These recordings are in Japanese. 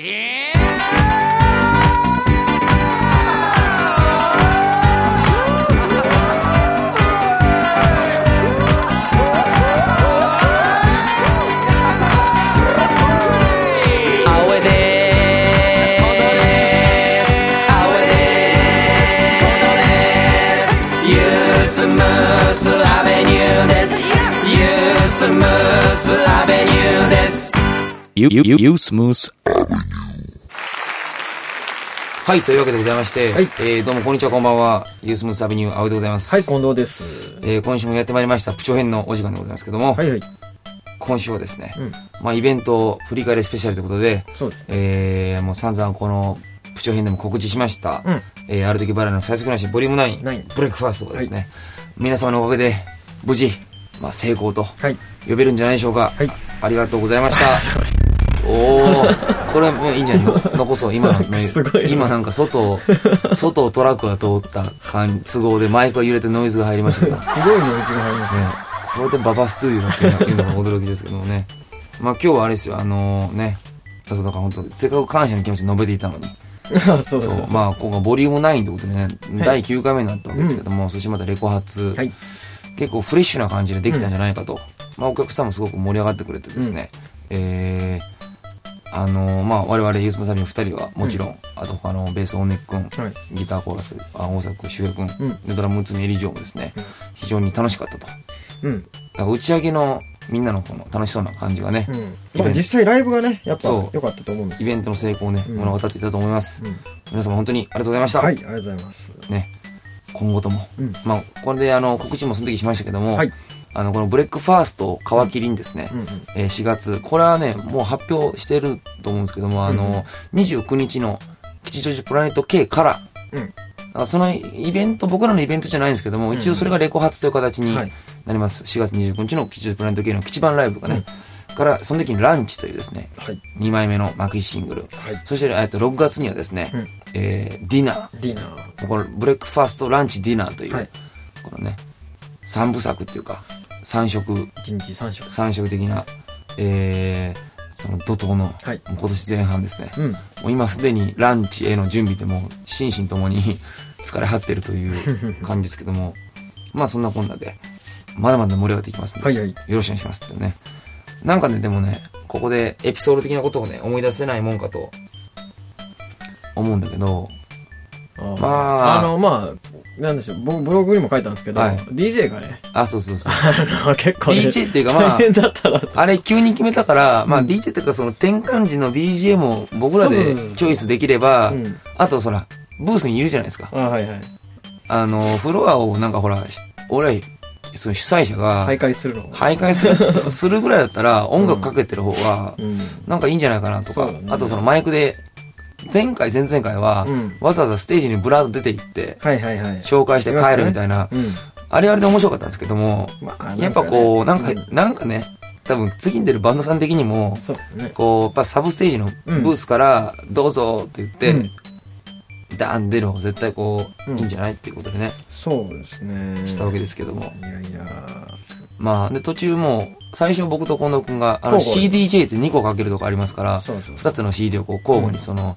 え青江です青江ですユースムースアベニューですユースムースアベニューです You, you, you, you smooth はい、というわけでございまして、はいえー、どうもこんにちは、こんばんは。ユースムースアベニュー、青江でございます。はい、近藤です。えー今週もやってまいりました、プチョ編のお時間でございますけども、はいはい。今週はですね、うんまあ、イベント振り返りスペシャルということで、そうですね。えー、もう散々この、プチョ編でも告知しました、うんえー、ある時バラの最速なし、ボリューム9、ナインブレックファーストをですね、皆様のおかげで、無事、まあ、成功と、はい。呼べるんじゃないでしょうか。はいありがとうございました。おお、これはもういいんじゃないの残そう。今なんか、すごい今なんか外を、外をトラックが通った感都合でマイクが揺れてノイズが入りましたけど、ね、すごいノイズが入りましこれでババストゥーだっていうのが驚きですけどもね。まあ今日はあれですよ、あのね、そうだから本当せっかく感謝の気持ち述べていたのに、た。あそうだ そそうう、まあ今回ボリューム9ってことでね、第9回目になったわけですけども、そしてまたレコ発、はい。結構フレッシュな感じでできたんじゃないかと、まあ、お客さんもすごく盛り上がってくれてですね、えーあのまあ我々ユースムサビの2人はもちろん、あと他のベース大根君、はいギターコーラスあ大作周平君、うんでドラム打つのエリジョーもですね、非常に楽しかったとだかうん。ら打ち上げのみんなのこの楽しそうな感じがね、うん。イまベあン実際ライブがね、やっぱそう良かったと思うんですイベントの成功をね、うん物語っていたと思います、うん皆様本当にありがとうございました、はい、ありがとうございます。ね、今後とも、うんまあこれであの告知もその時しましたけども、はいあのこのブレックファースト皮切りにですね、うんうんえー4月これはねもう発表してると思うんですけどもあの、29日の吉祥寺プラネット K からうん。あそのイベント僕らのイベントじゃないんですけども、一応それがレコ発という形にはいなります、4月29日の吉祥寺プラネット K の吉番ライブがね、からその時にランチというですねはい。 2枚目の幕シングル、はいそしてえっと6月にはですね、うんえーディナーディナー。このブレックファーストランチディナーという、はいこのね三部作っていうか三色一日三食。三色的なえー、その怒涛の、はいもう今年前半ですね、うんもう今すでにランチへの準備でもう心身ともに 疲れ果ってるとい う感じですけどもまあそんなこんなでまだまだ盛り上がっていきますので、はいはいよろしくお願いしますっていうねなんかねでもねここでエピソード的なことをね思い出せないもんかと思うんだけどあまああの、まあ、なんでしょう、僕ブログにも書いたんですけど、はい DJ がね、 あそうそうそうあの、結構ね、 DJ っていうかまあ大変だったなと。あれ急に決めたから、まあ DJ とかその転換時の BGM を僕らでそうそうそうそうチョイスできればうん、あとそら、ブースにいるじゃないですか。あはいはい。あの、フロアをなんかほら、し俺ら、その主催者が、徘徊するの。徘徊する、するぐらいだったら音楽かけてる方がう、ん。なんかいいんじゃないかなとそうかだね、あとそのマイクで、前回前々回はうん、わざわざステージにブラード出て行って、はいはいはい。紹介して帰るみたいなう、ん。あれはあれで面白かったんですけどもまあ、やっぱこう、ななんんかかね、なんかね、多分次に出るバンドさん的にも、そうだね。こう、やっぱサブステージのブースから、どうぞって言って、うんダーン出る方が絶対こう、うんいいんじゃないっていうことでね、そうですね。したわけですけども。いやいや。まあ、で、途中もう、最初僕と近藤くんが、あの、交互 CDJ って2個かけるとかありますから、そうそうそう2つの CD をこう、交互にその、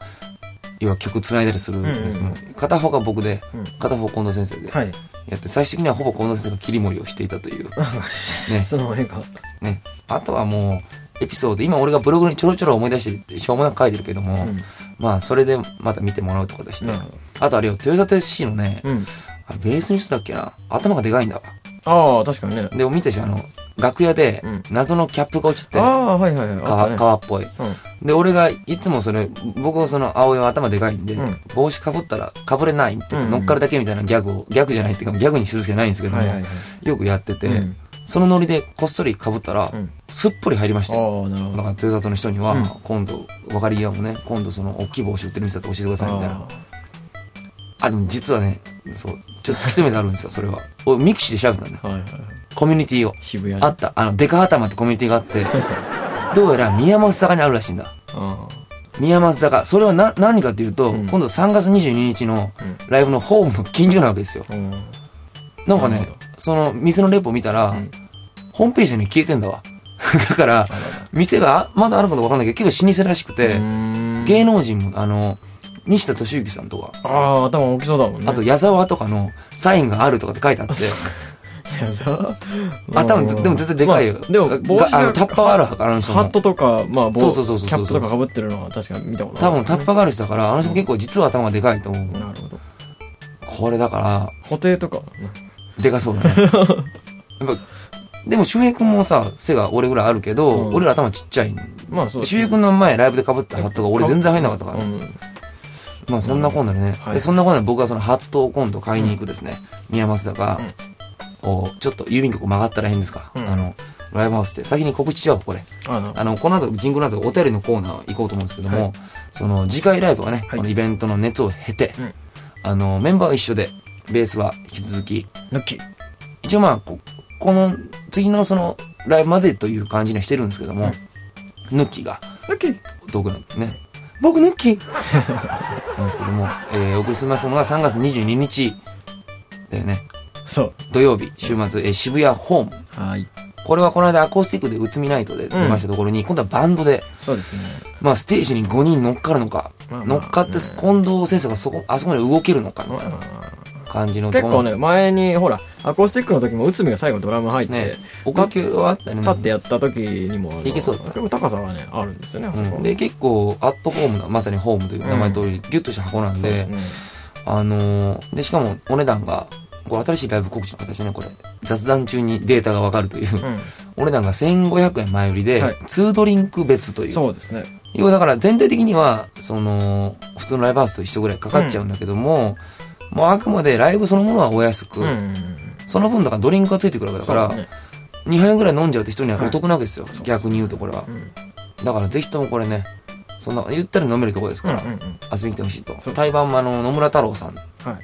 要は曲繋いだりするんですもんうん片方が僕でうん、片方近藤先生で、はい。やって、最終的にはほぼ近藤先生が切り盛りをしていたという、ねい、つの間にか。ね。あとはもう、エピソード、今俺がブログにちょろちょろ思い出してるって、しょうもなく書いてるけども、うんまあ、それでまた見てもらうとかとしてなるほど。あとあれよ、豊里 SC のね、うん。あれベースの人だっけな、頭がでかいんだわ。ああ、確かにね。でも見たでしょ、あの、楽屋でうん、謎のキャップが落ちてあて、あ、はいはいはい。あ川ったね川っぽい。で、俺がいつもそれ、僕はその、青江は頭でかいんで、うん帽子かぶったらかぶれないみたいな、うんうん乗っかるだけみたいなギャグを、ギャグじゃないっていうか、ギャグにするしかないんですうけん。ども、はいはいはい。よくやってて、うんそのノリでこっそりかぶったら、うんすっぽり入りましあたよ。あ、なるほだど。から豊里の人には、うん今度分かりやもね今度その大きい帽子売ってる店だって教えてくださいみたいなああでも実はねそうちょっと突き詰めてあるんですよそれは俺ミクシーで調べたんだよあはいはいはい。コミュニティを渋谷に。あったあのデカ頭ってコミュニティがあって どうやら宮益坂にあるらしいんだあ宮益坂それはな何かっていうと、うん今度3月22日のうんライブのホームの近所なわけですよあ。うん。なんかなるねほどその店のレポ見たら、んホームページに消えてんだわ だから、店がまだあることわかんないけど、結構老舗らしくて、芸能人も、あの、西田敏行さんとか、ああ、頭大きそうだもんね。あと矢沢とかのサインがあるとかって書いてあって、いやさ、あ多分でも絶対でかいよまあでも、帽子があのタッパーあるあの人もハットとか、まあ、帽そうそうそうそうキャップとか被ってるのは確かに見たことあ多る。分タッパーがある人だから、あの人も結構実は頭がでかいと思う。なるほど。これだから、補定とか。でかそうだ ね。やっぱ、でも周平君もさ、背が俺ぐらいあるけど、うん俺ら頭ちっちゃい。まあ、そう周平君の前ライブで被ったハットが俺全然入んなかったからう。ん。まあそんなこんなでね、はいでそんなこんなで僕はそのハットを今度買いに行くですね、宮益坂をちょっと郵便局曲がったら変ですか、うんあのライブハウスで先に告知しちゃおうこれあ、なるほあのこの後ジングルの後お便りのコーナー行こうと思うんですけども、その次回ライブはね、はいこのイベントの熱を経て、うんあのメンバーは一緒でベースは引き続きど。ヌッキー。一応まあここの次のそのライブまでという感じにはしてるんですけども、ヌッキーがヌッキー。遠くなんですね。僕、ヌッ キーなんですけども、えー、お送りしますのが3月22日だよね。そう。土曜日、週末、えー渋谷ホーム。はい。これはこの間アコースティックでうつみナイトで出ましたところに、今度はバンドで、そうですね。まあステージに5人乗っかるのか、まあま乗あっかってね近藤先生がそこ、あそこまで動けるのかみたいな感じの結構ね、ね、前に、ほら、アコースティックの時も、内海が最後ドラム入ってね、、おかけはあったね。立ってやった時にも、あのいけそうだった結構高さがね、あるんですよね、あそこ。で、結構、アットホームな、まさにホームという名前の通り、ギュッとした箱なんそうでで、すね。あのーで、しかもお値段が、これ新しいライブ告知の形ね、これ。雑談中にデータがわかるという。うお値段が1500円前売りで、はい2ドリンク別といん。う。そうですね。要はだから全体的には、その、普通のライブハウスと一緒ぐらいかかっちゃうんだけども、もうあくまでライブそのものはお安く、うん。その分だからドリンクがついてくるわけだから、そうね2杯ぐらい飲んじゃうって人にははいお得なわけですよ。そう逆に言うとこれは。うんだからぜひともこれね、そんな、言ったら飲めるとこですうかんら、うんうん。遊びに来てほしいと。そう台湾もあの、野村太郎さんはい。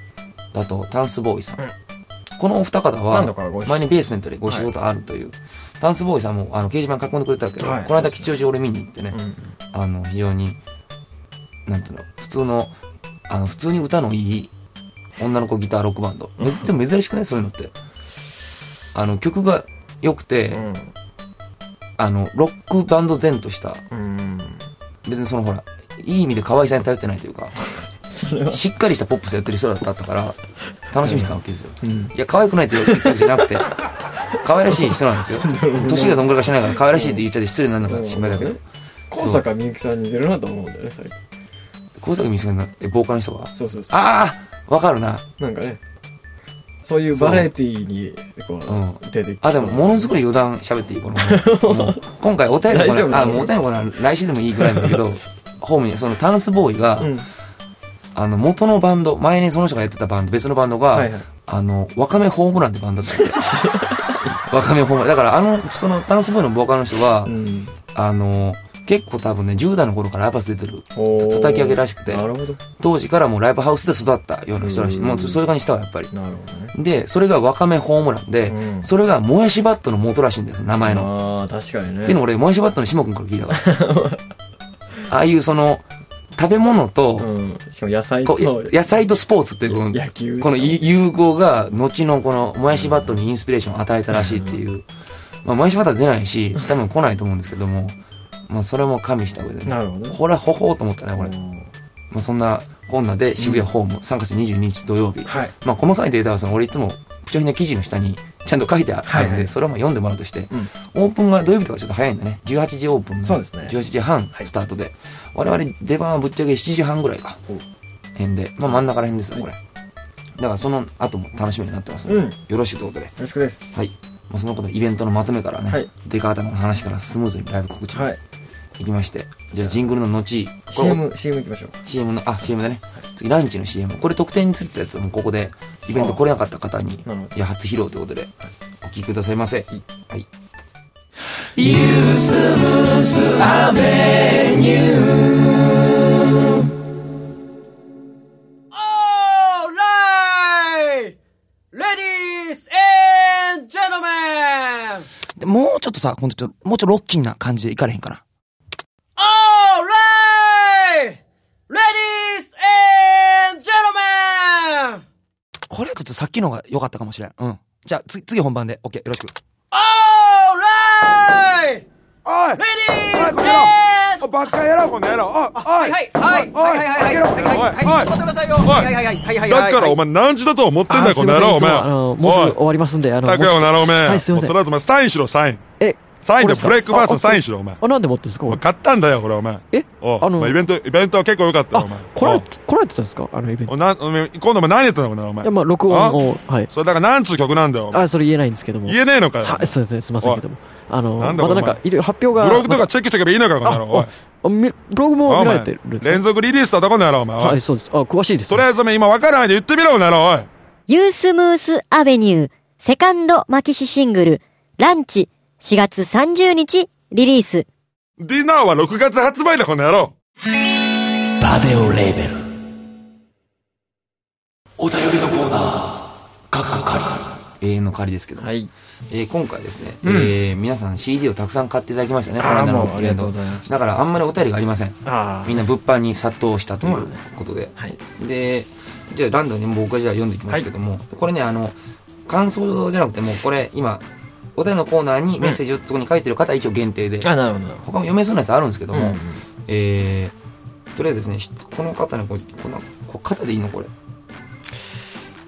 だとタンスボーイさん、うんこのお二方何度はかご一緒前にベースメントでご仕事あるという、タンスボーイさんもあの掲示板囲んでくれたけど、はいこのそ間うですね吉祥寺俺見に行ってね、うんあの非常になんていうの普通のあの普通に歌のいい女の子ギターロックバンドめずでも珍しくないそういうのってあの曲が良くて、あのロックバンド前としたうん。うん。別にそのほらいい意味で可愛さに頼ってないというかそれは、しっかりしたポップスやってる人だったから楽しみなわけですようん。いや、可愛くないって言ったわけじゃなくて、可愛らしい人なんですよ。年がどんぐらいか知らないから、可愛らしいって言っちゃって失礼になるのか心配だけど。高坂みゆきさんに似てるなと思うんだよね、最近。小坂美月のえボーカルの人が。そうそうそう。ああわかるな。なんかね、そういうバラエティーに、こうう、出てきて。あ、でも、ものすごい余談喋っていいこの。もう今回お便りの大丈コー夫ナー、あ、もうお便りのコーナー来週でもいいぐらいなんだけ ど、ホームに、そのタンスボーイが、うん。あの、元のバンド、前にその人がやってたバンド、別のバンドが、はいはいあの、ワカメホームランってバンドだった んで。ワカメホームラン。だから、あの、そのタンスボーイのボーカルの人は、うん。あの、結構多分ね、10代の頃からライブハウス出てる。おー 叩き上げらしくてなるほど。当時からもうライブハウスで育ったような人らしい。うんもうそそういう感じしたわ、やっぱり。なるほどね。で、それがワカメホームランで、うんそれがもやしバットの元らしいんです、名前の。ああ、確かにね。っていうの俺、もやしバットの下君から聞いたから。 ああいうその、食べ物と、うん。しかも野菜、ことうや野菜とスポーツっていうこの、野球。このゆ融合が、後のこの、もやしバットにインスピレーションを与えたらしいっていう。まあ、もやしバットは出ないし、多分来ないと思うんですけども、まあ、それも加味した上でね。なるほどね。これはほほうと思ったね、これ。うんまあ、そんなこんなで渋谷ホーム、3月22日土曜日。はい。まあ、細かいデータはその俺いつもプチョヒな記事の下にちゃんと書いてあるんで、はいはいそれをまあ読んでもらうとして、うんオープンが土曜日とかちょっと早いんだね。18時オープンのそうですね18時半スタートで、我々出番はぶっちゃけ7時半ぐらいかお。辺で、まあ真ん中ら辺ですよ、これ。だからその後も楽しみになってますんで、うんよろしいということで。よろしくです。はい。まあ、そのことでイベントのまとめからね、はいデカータの話からスムーズにライブ告知はい。いきまして、じゃあジングルの後、これ CM、CM 行きましょう。 CM の、あ、CM だね。次、ランチの CM。これ特典についてたやつもここで、イベント来れなかった方になるほ、どいや、初披露ということで、お聞きくださいませ。はい。 All right! Ladies and gentlemen! でもうちょっとさ、ほんとちょ、もうちょっとロッキンな感じでいかれへんかな。 All right! Ladies and gentlemen! これはちょっとさっきのが良かったかもしれん。うん。じゃあ、次、次本番で。オッケー、よろしく。 All right! おいレディースエンおバカ野郎この野郎おいはいはいはいはいはいはいはいはいはいちょっと待ってくださいよはいはいはいはいはいだからお前何時だと思ってんだよ、この野郎、お前。あの、もうすぐ終わりますんで、あの、たくやおならおめえ。はい、すいまもうとせんりあえずお前サインしろ、サイン。え、サインでこれですかブレイクファーストのサインしろあお前あ、なんで持ってるんですかお前これ買ったんだよ、これ、お前。えおうあのまあイベント、イベントは結構良かったよ、お前あ。、来らおれう、来られてたんですかあのイベント。おなお前今度お前何やってんだ、この野郎お前。いや、まあ、録音を、はいあ。それだから何つう曲なんだよ、お前あ、それ言えないんですけども。言えねえのかよ。はい、すいません、すいませんけども。あの、なまんだこれたなんおか前、いろいろ発表ブが。ログとまかチェックしてけばいいのかよ、この野郎。おいたあみブログもお見ら前れてるんです連か続リリースだったこの野郎、お前。おはいい、そうです。あ、詳しいですとね。りあえずお前今分からないで言ってみろ、この野郎、おい。ユースムースアベニュー、セカンドマキシシングル、ランチ、4月30日リリース。ディナーは6月発売だ、この野郎。お便りのコーナー、かっこり。永遠の仮ですけども、はい。えー今回ですね、えー皆さん CD をたくさん買っていただきましたね、このあ間あ、のもうイベントありがとうございます。だからあんまりお便りがありません。あみんな物販に殺到したということで、はいでじゃあランダムに僕がじゃあ読んでいきますけども、これねあの感想じゃなくてもうこれ今お便りのコーナーにメッセージをそこに書いてる方は一応限定で、あ。あ、なるほどなるほ他も読めそうなやつあるんですけどど。も、うんえー、とりあえずですねしこの方ねこうこんなこう肩でいいのこれ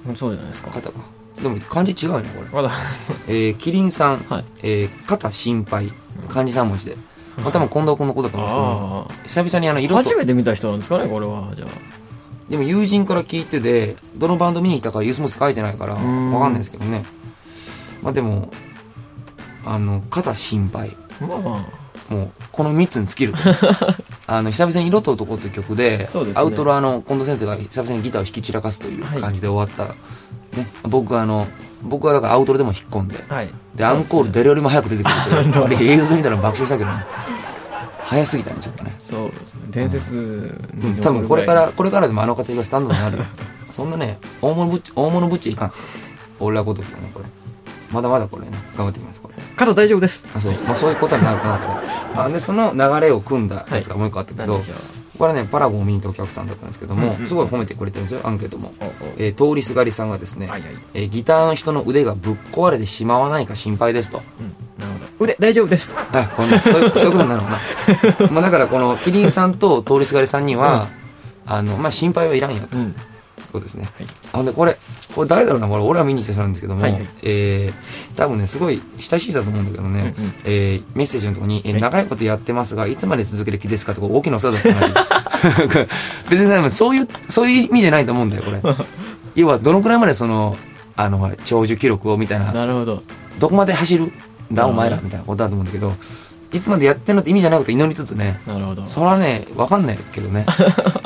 うん。そうじゃないですか。肩かでも漢字違うよねこれ まだ、えー、キリンさん、はいえー、肩心配漢字三文字で、まあ、多分近藤君のことだと思うんあですけども久々にあのあ。色と初めて見た人なんですかね、これは。じゃあ。でも友人から聞いてで、どのバンド見に来たかユースモス書いてないから、わかんんないですけどね。まあでも、あの、肩心配。まあまもう、この3つに尽き ると。あの、久々に色と男という曲で、そうですねアウトロあの、近藤先生が久々にギターを弾き散らかすというはい感じで終わった。ね、僕はあの、僕はだからアウトロでも引っ込んで、あ。はい。で、アンコール誰よりも早く出てく るという。あれ映像で見たら爆笑したけどね。早すぎたね、ちょっとね。そうですね。伝説うんに多分これか残ら、これからでもあの形がスタンドにな るよ。そんなね、大物ぶっち、大物ぶっちはいかん。俺らごときだね、これ。まだまだこれね、頑張ってみます、これ。るぐらい。肩大丈夫です。あそう、まあそういうことになるかなと思って。まあで、その流れを組んだやつがもう一個あったけど、何でしょう。これね、パラゴンを見に行ったお客さんだったんですけども、すごい褒めてくれてるんですよ、アンケートも。えー通りすがりさんがですね、はいはいえーギターの人の腕がぶっ壊れてしまわないか心配ですと。なるほど。腕、大丈夫です。あ、このそういう、そういうことになるのか な。まあだからこの、キリンさんと通りすがりさんには、あの、まあ心配はいらんよと。んそうですね。あ、で、これ、これ誰だろうな、これ俺は見に来た人なんですけども、はいはいえー、多分ね、すごい親しい人だと思うんだけどね、えーメッセージのとこに、えー長いことやってますが、いつまで続ける気ですかとか大きなお世話 だったのに別に多分そういう、そういう意味じゃないと思うんだよ、こ れ。要は、どのくらいまでその、あの、ほら長寿記録をみたいななるほど。どこまで走るんだお前らみたいなことだと思うんだけど、いつまでやってんのって意味じゃないこと祈りつつね、なるほど。それはね、わかんないけどね。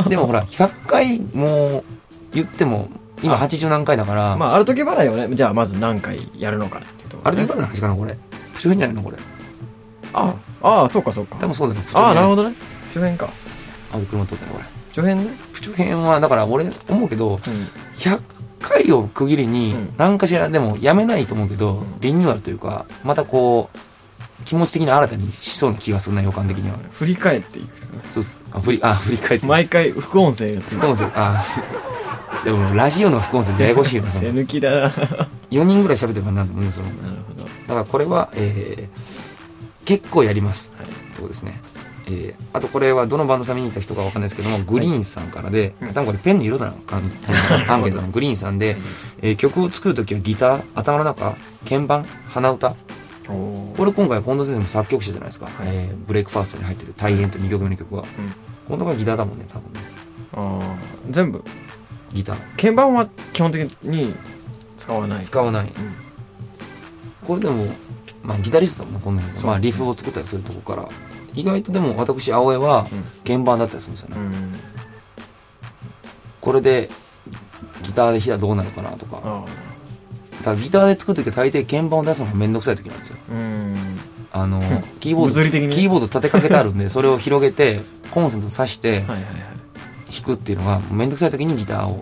でもほら、100回も言っても、今80何回だから、まあ、あ、ある時払いをね、じゃあまず何回やるのかっていうとこあろれね、ということの話かな、これ。不調じゃないの、これ。ああ、そうかそうか。多分そうだよ、不調ああ、なるほど。どね。周辺か。あ、車通ったね、これ。周辺ね。不調編は、だから俺思うけど、100回を区切りにん、何かしらでもやめないと思うけど、リニューアルというか、またこう、気持ち的に新たにしそうな気がするな、予感的には。振り返っていくとね。そうっすあ、振り、あ、振り返って。毎回副音声がつい副音声、あ、でもラジオの副音声ってややこしいよな、そ手の抜きだな。なる4人ぐらい喋ってるからなんだもんね、その。だほど。からこれは、えー、結構やります。はいってことですね。えー、あとこれはどのバンドさん見に行った人かわかんないですけども、グリーンさんからで、多分これペンの色だな、かんアンケートのグリーンさんで、えー曲を作るときはギター、頭の中、鍵盤、鼻歌。 おこれ今回近藤先生も作曲者じゃないですか。えー、ブレイクファーストに入ってる大変と2曲目の曲は。近藤がギターだもんね、多分ね。あー全部。ギター。鍵盤は基本的に使わない。使わない、これでも、まあ、ギタリストだもんねこの辺そうまあリフを作ったりするとこから意外とでも私青江は鍵盤だったりするんですよね、うん。これでギターで弾いたらどうなるかなとかだかあらギターで作る時は大抵鍵盤を出すのが面倒くさい時なんですよあ。うん。あのキーボード物理的にねキーボード立てかけてあるんでそれを広げてコンセント挿してはいはいはい。弾くっていうのが面倒くさい時にギターを、やっ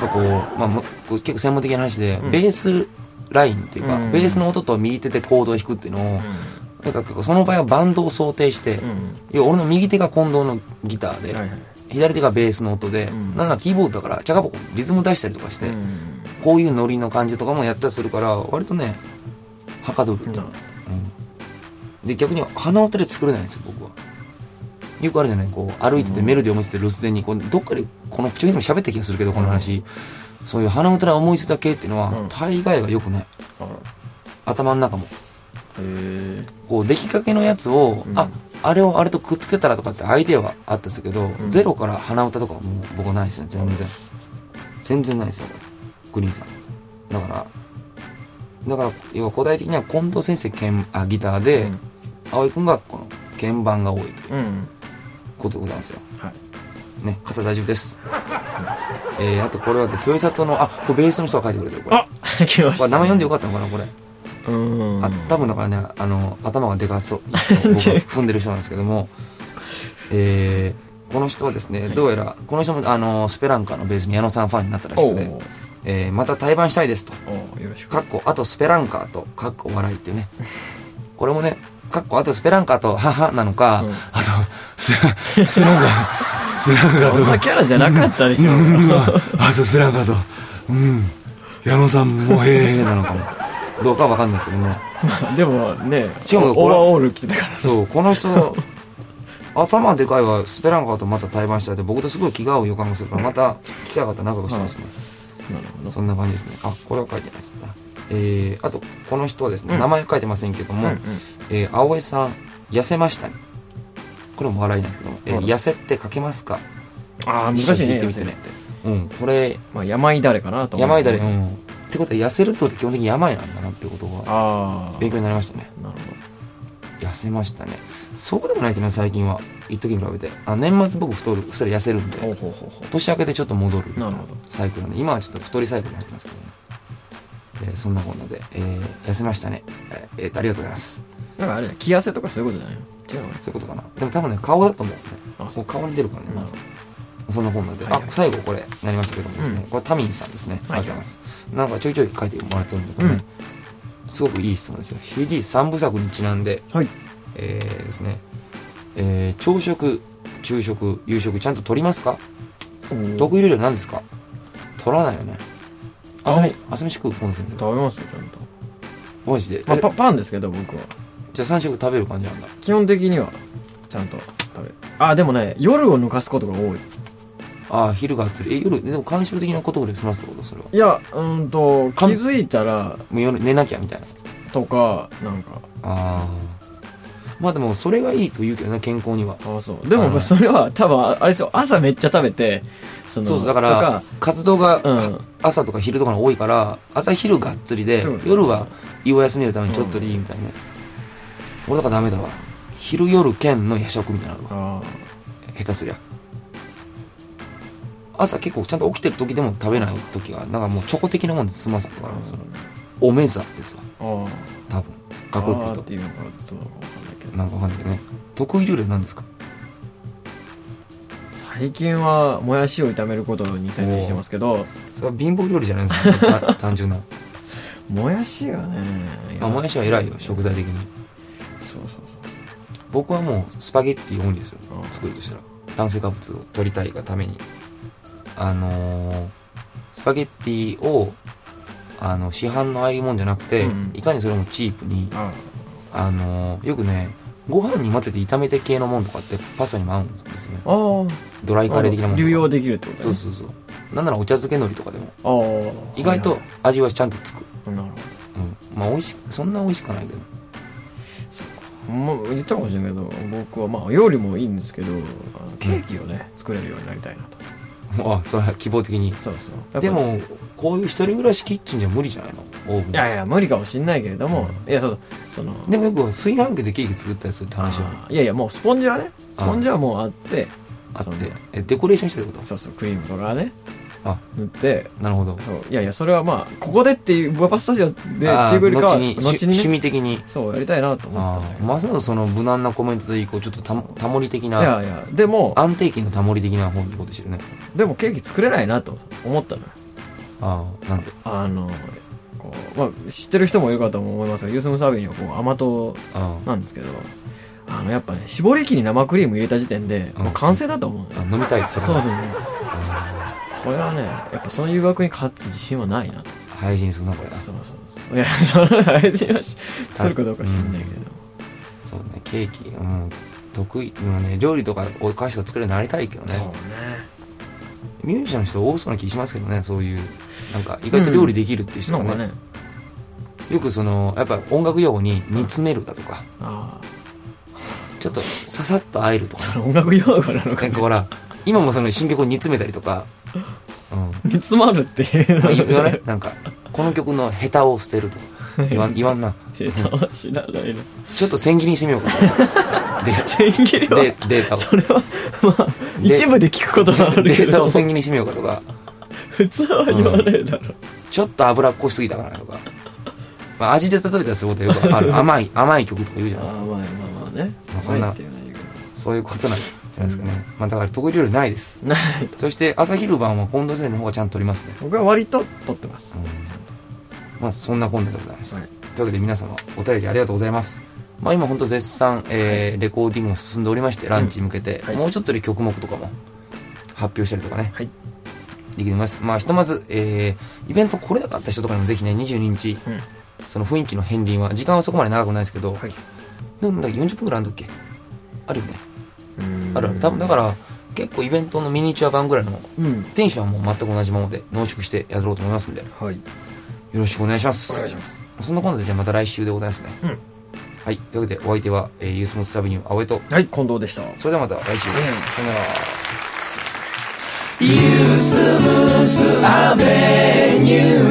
ぱこう、まあも、こう結構専門的な話で、ベースラインっていうか、うんベースの音と右手でコードを弾くっていうのを、なんか結構その場合はバンドを想定して、ん要は俺の右手が近藤のギターで、はいはい。左手がベースの音で、んなんならキーボードだから、ちゃかぼこリズム出したりとかして、うん。こういうノリの感じとかもやったりするから、割とね、はかどる、うんなで、逆に鼻音で作れないんですよ、僕は。よくあるじゃないこう、歩いててメロディー思いついて留守電に、こうどっかでこの口にも喋った気がするけど、この話。そういう鼻歌で思いついた系っていうのは、大概が良くない。頭の中も。えこう、出来かけのやつを、んあ、あれをあれとくっつけたらとかってアイデアはあったんですけど、ゼロから鼻歌とかはもう僕はないですよ、全然。全然ないですよ、グリーンさん。だから、だから、要は古代的には近藤先生鍵あギターで、うん葵くんがこの鍵盤が多いといううんことでございますよ。はいね、肩大丈夫です。えー、あとこれはね豊里の、あ、これベースの人が書いてくれてる、これ。こ来まれ名前読んでよかったのかな、これ。うんあ多分だからねあの頭がで かそう僕は踏んでる人なんですけども、えーこの人はですね、どうやらこの人もあのスペランカーのベースに矢野さんファンになったらしおくうて、えーまた対バンしたいですとおうよろしくかっこあとスペランカーとかっこ笑いっていうねこれもねかっこあとスペランカーと母なのか、うんあと ススペランカースペランカーそんとなキャラじゃなかったでしょ。うんうん、あとスペランカーと、うん、矢野さんもへえなのかもどうかは分かんないですけども、でもねしかもこオーれバーオール着てたからそう、この人、頭でかいはスペランカーとまた対バンしたいって、僕とすごい気が合う予感がするから、また機会があったら仲良くしたいですね。なるほそんな感じですね。あ、これは書いてないですね。えー、あと、この人はですね、名前は書いてませんけども、えー、青江さん、痩せましたね。これも笑いなんですけども、えーはい痩せって書けますかああ難しいね一緒に聞いてみてねうん、これ、まあ山いだれかなと思う山いだれ、うん。ってことは、痩せるってことは基本的に山いなんだなってことが、ああ勉強になりましたね。なるほど痩せましたねそうでもないけどな最近は一時に比べてあ年末僕太るそれ痩せるんでほうほうほうほ年明けてちょっと戻るなるほどサイクルなんで今はちょっと太りサイクルに入ってますけどね、えーそんなこんなで、えー痩せましたねえーえーとありがとうございますうなんかあれだ気痩せとかそういうことじゃないの違うそういうことかなでも多分ね顔だと思うあそう顔に出るからねなまるずほそんなこんなで、はいはいあ最後これなりましたけどもですね、うんこれタミンさんですねありがはいとうございますなんかちょいちょい書いてもらってるんでこれね、すごくいい質問ですよ CD 三部作にちなんではいえーですね、えー朝食昼食夕食ちゃんと取りますかど得意料理は何ですか取らないよね朝飯あ朝飯食う今先生食べますよちゃんとマジで、まあえパパンですけど僕はじゃあ3食食べる感じなんだ基本的にはちゃんと食べるあでもね夜を抜かすことが多いああ昼があってるえ夜でも感傷的なことぐらい済ますってことそれはいやうーんと気づいたらもう夜寝なきゃみたいなとかなんかああまあでもそれがいいと言うけどね健康にはああそうであのもそれは多分あれですよ朝めっちゃ食べてそのそうそうだかとら活動がうん朝とか昼とかの多いから朝昼がっつりでそうですね夜は胃を休めるためにちょっとでいいみたいなね、俺だからダメだわ昼夜兼の夜食みたいなのあるわあ下手すりゃ朝結構ちゃんと起きてる時でも食べない時がなんかもうチョコ的なもんで済ますからそのおめざですわああ多分あ学校あ行ーっくてというのがどうなのかわかんないけどなんかわかんないけどね得意料理は何ですか最近はもやしを炒めることに専念してますけどそれは貧乏料理じゃないです かた単純なもやしがねあもやしは偉いよ食材的にそうそうそう僕はもうスパゲッティオンリーですよああ作るとしたら炭水化物を取りたいがためにあのースパゲッティをあの市販のああいうもんじゃなくて、うんうんいかにそれもチープにああのーよくねご飯に混ぜて炒めて系のもんとかってパスタにも合うんですよねああドライカレー的なもんとか流用できるってことそうねそうそうなんならお茶漬け海苔とかでもああ意外はとい味はちゃんとつく、はいなるほどうん、まあ美味しそんな美味しくはないけどまあ、言ったかもしれないけど僕はまあ料理もいいんですけどあのケーキをね、作れるようになりたいなとあそう希望的にそうそうやっぱでもこういう一人暮らしキッチンじゃ無理じゃないのオーブンいやいや無理かもしれないけれども、いやそうそうそのでもよく炊飯器でケーキ作ったやつって話はあーいやいやもうスポンジはねスポンジはもうあってあっそのてえデコレーションしてることそうそうクリームとかねあ塗ってなるほどそういやいやそれはまあここでっていうパスタジオでってあーいうよりかは後に後趣に趣ね味的にそうやりたいなと思ったあんだあますますその無難なコメントでいこうちょっとたタモリ的いなやいやでも安定期のタモリ的な本にことしてるねでもケーキ作れないなと思ったのよああなんであのこう、まあ、知ってる人もいるかと思いますがユースムサービーにはこう甘党ああなんですけどあのやっぱね絞り器に生クリーム入れた時点で、うんもう完成だと思うのよあ飲みたいですそうそうそうこれはねやっぱその誘惑に勝つ自信はないなと配信するなこれ なそうそうそういやその大事はしするかどうか知んないけど、そうね、ケーキ、うん、得意、もうね、料理とかお菓子を作れるようになりたいけどそうねね。ミュージシャンの人多そうな気しますけどね、そういう、なんか意外と料理できるっていう人ながんね、かねよくその、やっぱ音楽用語に煮詰めるだとか、あちょっとささっとあえるとか、あ音楽用語なのか なんかほら、今もその新曲を煮詰めたりとか、うん。煮詰まるっていうまあ言言わないなんか、この曲の下手を捨てるとか、言わん言わんな。下手は知らないなちょっと千切りにしてみよう かで、千切りはで、データを。それはまあで一部で聞くことはあるけデータどを千切りにしてみようかとか、普通は言わねえだろちょっと脂っこしすぎたかなとか。まあ、味で例えたりすることはよくあ る。甘い、甘い曲とか言うじゃないですか。あまあまあまあねまあそんな甘いっていうのはいいけどそういうことなんじゃないですかね。まあ、だから得意料理ないです。ないそして、朝昼晩は近藤先生の方がちゃんと取りますね。僕は割と撮ってますまあ、そんなこんなでございます。はいというわけで皆様お便りありがとうございます。まあ今本当絶賛、えーレコーディングも進んでおりまして、ランチに向けて、はいもうちょっとで曲目とかも発表したりとかね、はいできます。まあひとまず、えーイベント来れなかった人とかにもぜひね、22日、うんその雰囲気の片鱗は、時間はそこまで長くないですけど、はいでもなんだっけ40分ぐらいあるんだっけあるよね。うんあるある。多分だから、結構イベントのミニチュア版ぐらいの、うんテンションはもう全く同じままで濃縮してやろうと思いますんで、よはいろしくお願いします。お願いしますそんなことでじゃあまた来週でございますね。うんはい。というわけでお相手は、えー、ユースモーツラビニュー青江と、はい近藤でしたそれではまた来週です。うんさよなら。アベニュー